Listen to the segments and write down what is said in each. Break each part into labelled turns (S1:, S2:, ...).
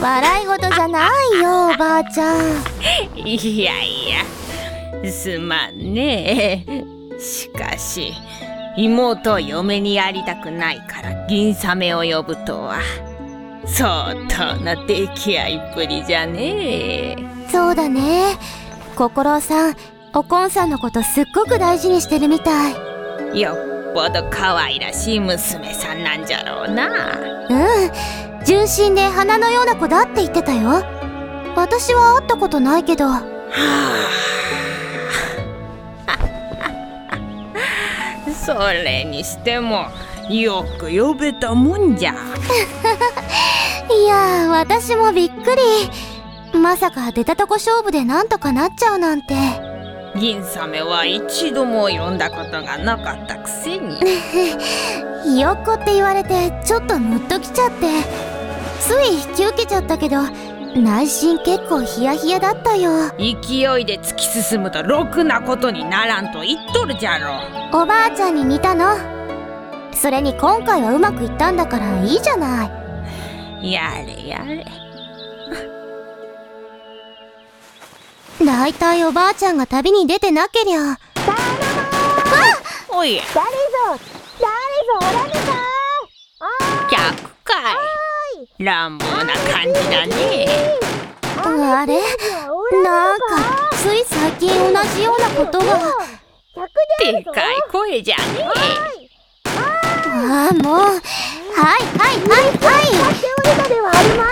S1: 笑い事じゃないよおばあちゃん
S2: いやいやすまんねえしかし妹を嫁にやりたくないから銀サメを呼ぶとは相当な溺愛っぷりじゃねえ
S1: そうだね心さんおこんさんのことすっごく大事にしてるみたい
S2: よっぽど可愛らしい娘さんなんじゃろうな
S1: うん純真で花のような子だって言ってたよ私は会ったことないけど
S2: それにしてもよく呼べたもんじゃ
S1: いやー私もびっくりまさか出たとこ勝負でなんとかなっちゃうなんて
S2: 銀サメは一度も呼んだことがなかったくせに
S1: ひよっこって言われてちょっとムッときちゃってつい引き受けちゃったけど内心結構ヒヤヒヤだったよ
S2: 勢いで突き進むとろくなことにならんと言っとるじゃろ
S1: おばあちゃんに似たのそれに今回はうまくいったんだからいいじゃない
S2: やれやれ
S1: だいたいおばあちゃんが旅に出てなけりゃ
S2: おい
S3: 誰ぞ誰ぞおらぬか
S2: 逆かい乱暴な感じだね
S1: あれなんかつい最近同じようなことが
S3: 客であ
S2: で
S3: るぞ
S2: かい声じゃね
S1: ああもうはいはいはいはい
S3: 手を入れたではあるまいな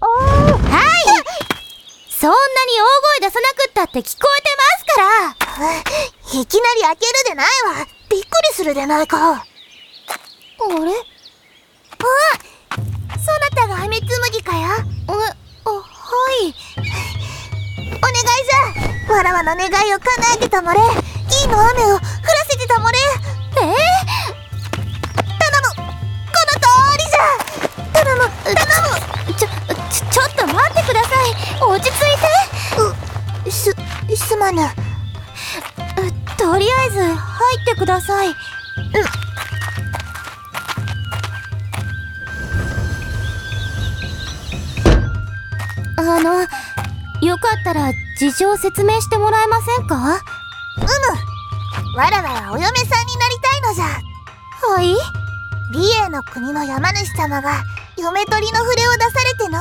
S3: おー
S1: はいそんなに大声出さなくったって聞こえてますから
S3: いきなり開けるでないわびっくりするでないか
S1: あれ
S3: そなたがめつむぎか
S1: え、
S3: や
S1: あ、はい。
S3: お願いじゃわらわの願いを叶えてたもれ銀の雨を降らせてたもれ
S1: えー、
S3: 頼むこの通りじゃ頼む頼む
S1: ちょ、ちょ、ちょっと待ってください。落ち着
S3: うすすまぬ
S1: いて。うとりあえず入ってください。あの、よかったら事情を説明してもらえませんかは
S3: うむわらわはお嫁さんになりたいのじゃ
S1: い
S3: 美瑛の国の山主様が嫁取りの筆を出されての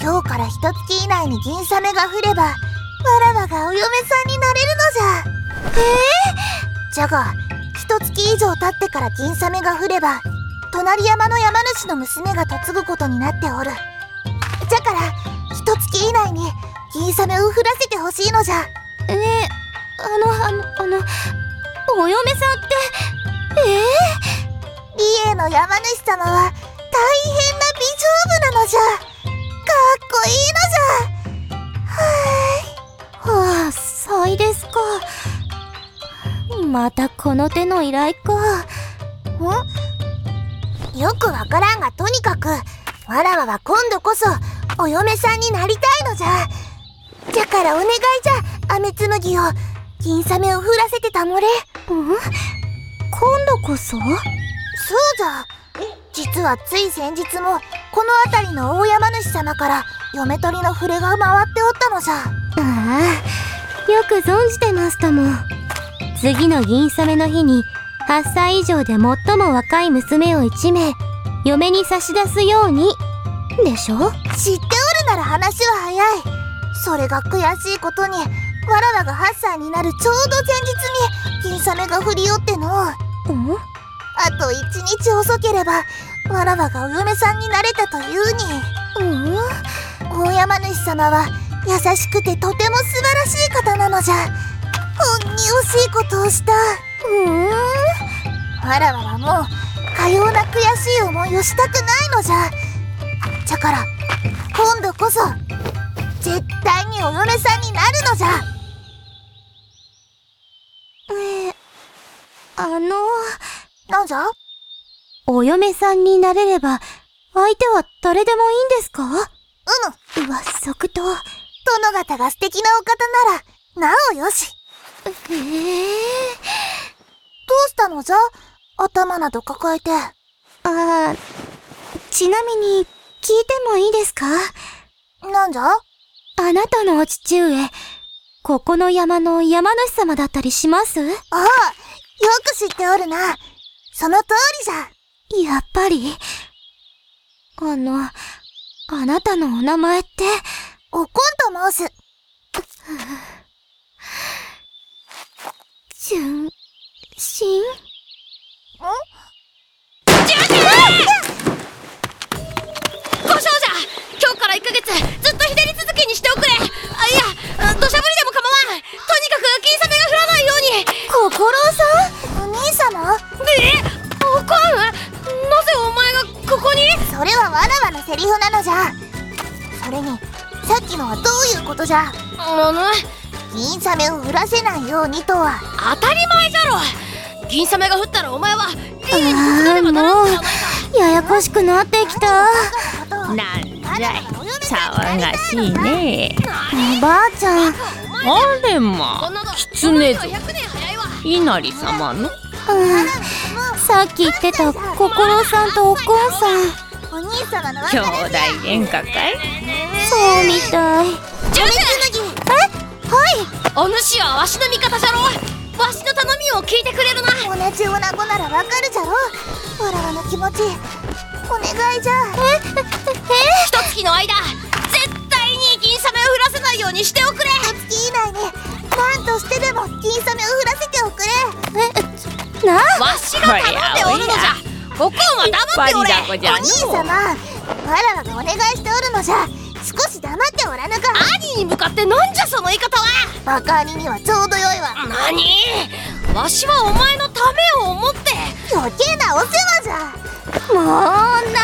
S3: 今日から一月以内に銀サメが降ればわらわがお嫁さんになれるのじゃえじゃが一月以上経ってから銀サメが降れば隣山の山主の娘が嫁ぐことになっておるじゃから一月以内に銀サメを降らせてほしいのじゃ
S1: えー、あの、あの、あの、お嫁さんって、えー
S3: 美瑛の山主様は大変な美丈夫なのじゃかっこいい
S1: はあ、そうですか。またこの手の依頼か。
S3: のじゃよくわからんがとにかくわらわは今度こそお嫁さんになりたいのじゃじゃからお願いじゃ雨紬を銀サメを降らせてたもれ
S1: うん今度こそ
S3: そうじゃ実はつい先日もこの辺りの大山主様から嫁取りの触れが回っておったのじゃ
S1: ああ、よく存じてましたもん。次の銀サメの日に、8歳以上で最も若い娘を1名、嫁に差し出すように。でしょ
S3: 知っておるなら話は早いそれが悔しいことにわらわが8歳になるちょうど前日に銀サメが振り寄ってのあ
S1: うん
S3: と1日遅ければわらわがお嫁さんになれたという
S1: う
S3: に
S1: ん
S3: 大山主様は優しくてとても素晴らしい方なのじゃほんに惜しいことをした
S1: うん
S3: わらわはもうかような悔しい思いをしたくないのじゃじゃから今度こそ絶対にお嫁さんになるのじゃ
S1: えーあの、
S3: なんじゃ
S1: お嫁さんになれれば、相手は誰でもいいんですか
S3: うむ
S1: うわ、即答。
S3: 殿方が素敵なお方ならなおよし
S1: ええ
S3: どうしたのじゃ頭など抱えて
S1: ああ、ちなみに、聞いてもいいですか
S3: なんじゃ
S1: あなたのお父上、ここの山の山主様だったりします
S3: おおよく知っておるなその通りじゃ
S1: やっぱり。あの、あなたのお名前って、
S3: おこんと申す
S1: 純、真
S4: 故障じゃ今日から1ヶ月ずっと左続きにしておくれあいや土砂降りでも構わんとにかく金雨が降らないように
S3: 心さんお兄様
S4: えおかんなぜお前がここに
S3: それはわらわのセリフなのじゃそれにさっきのはどういうことじゃ
S4: あの
S3: 銀サメを降らせないようにとは
S4: 当たり前じゃろ銀雨が降ったらお前はリーに
S1: あ
S4: 包めばならんのじゃない
S1: あ、ややこしくなってきた。
S3: な
S2: なんじゃい騒がしいね
S1: おばあちゃん、
S2: あれ
S4: こ
S2: ま
S4: んなの
S2: 狐ぞ
S4: お前は100年早いわ
S2: 稲荷様の
S1: さっき言ってた心さんとおこんさん。
S3: お兄様の
S2: 兄弟喧嘩かい
S1: そうみたい。
S4: 純えはいお主はわしの味方じゃろわしの頼みを聞いてくれるな
S3: 同じ女子ならわかるじゃろわらわの気持ちお願いじゃ
S4: 一月の間絶対に銀サメを降らせないようにしておくれ
S3: 一月以内に何としてでも銀サメを降らせておくれ
S1: な
S4: わしが頼んでおるのじゃおこんは黙っておれ
S2: バリダ
S3: お
S2: コ
S3: 兄
S2: じゃ
S3: 様わ
S2: の
S3: らわがお願いしておるのじゃ少し黙っておらぬか
S4: 兄に向かってなんじゃその言い方は
S3: バカ兄にはちょうどよいわ
S4: 何わしはお前のためを思って
S3: 余計なお世話じゃ
S1: もう、なん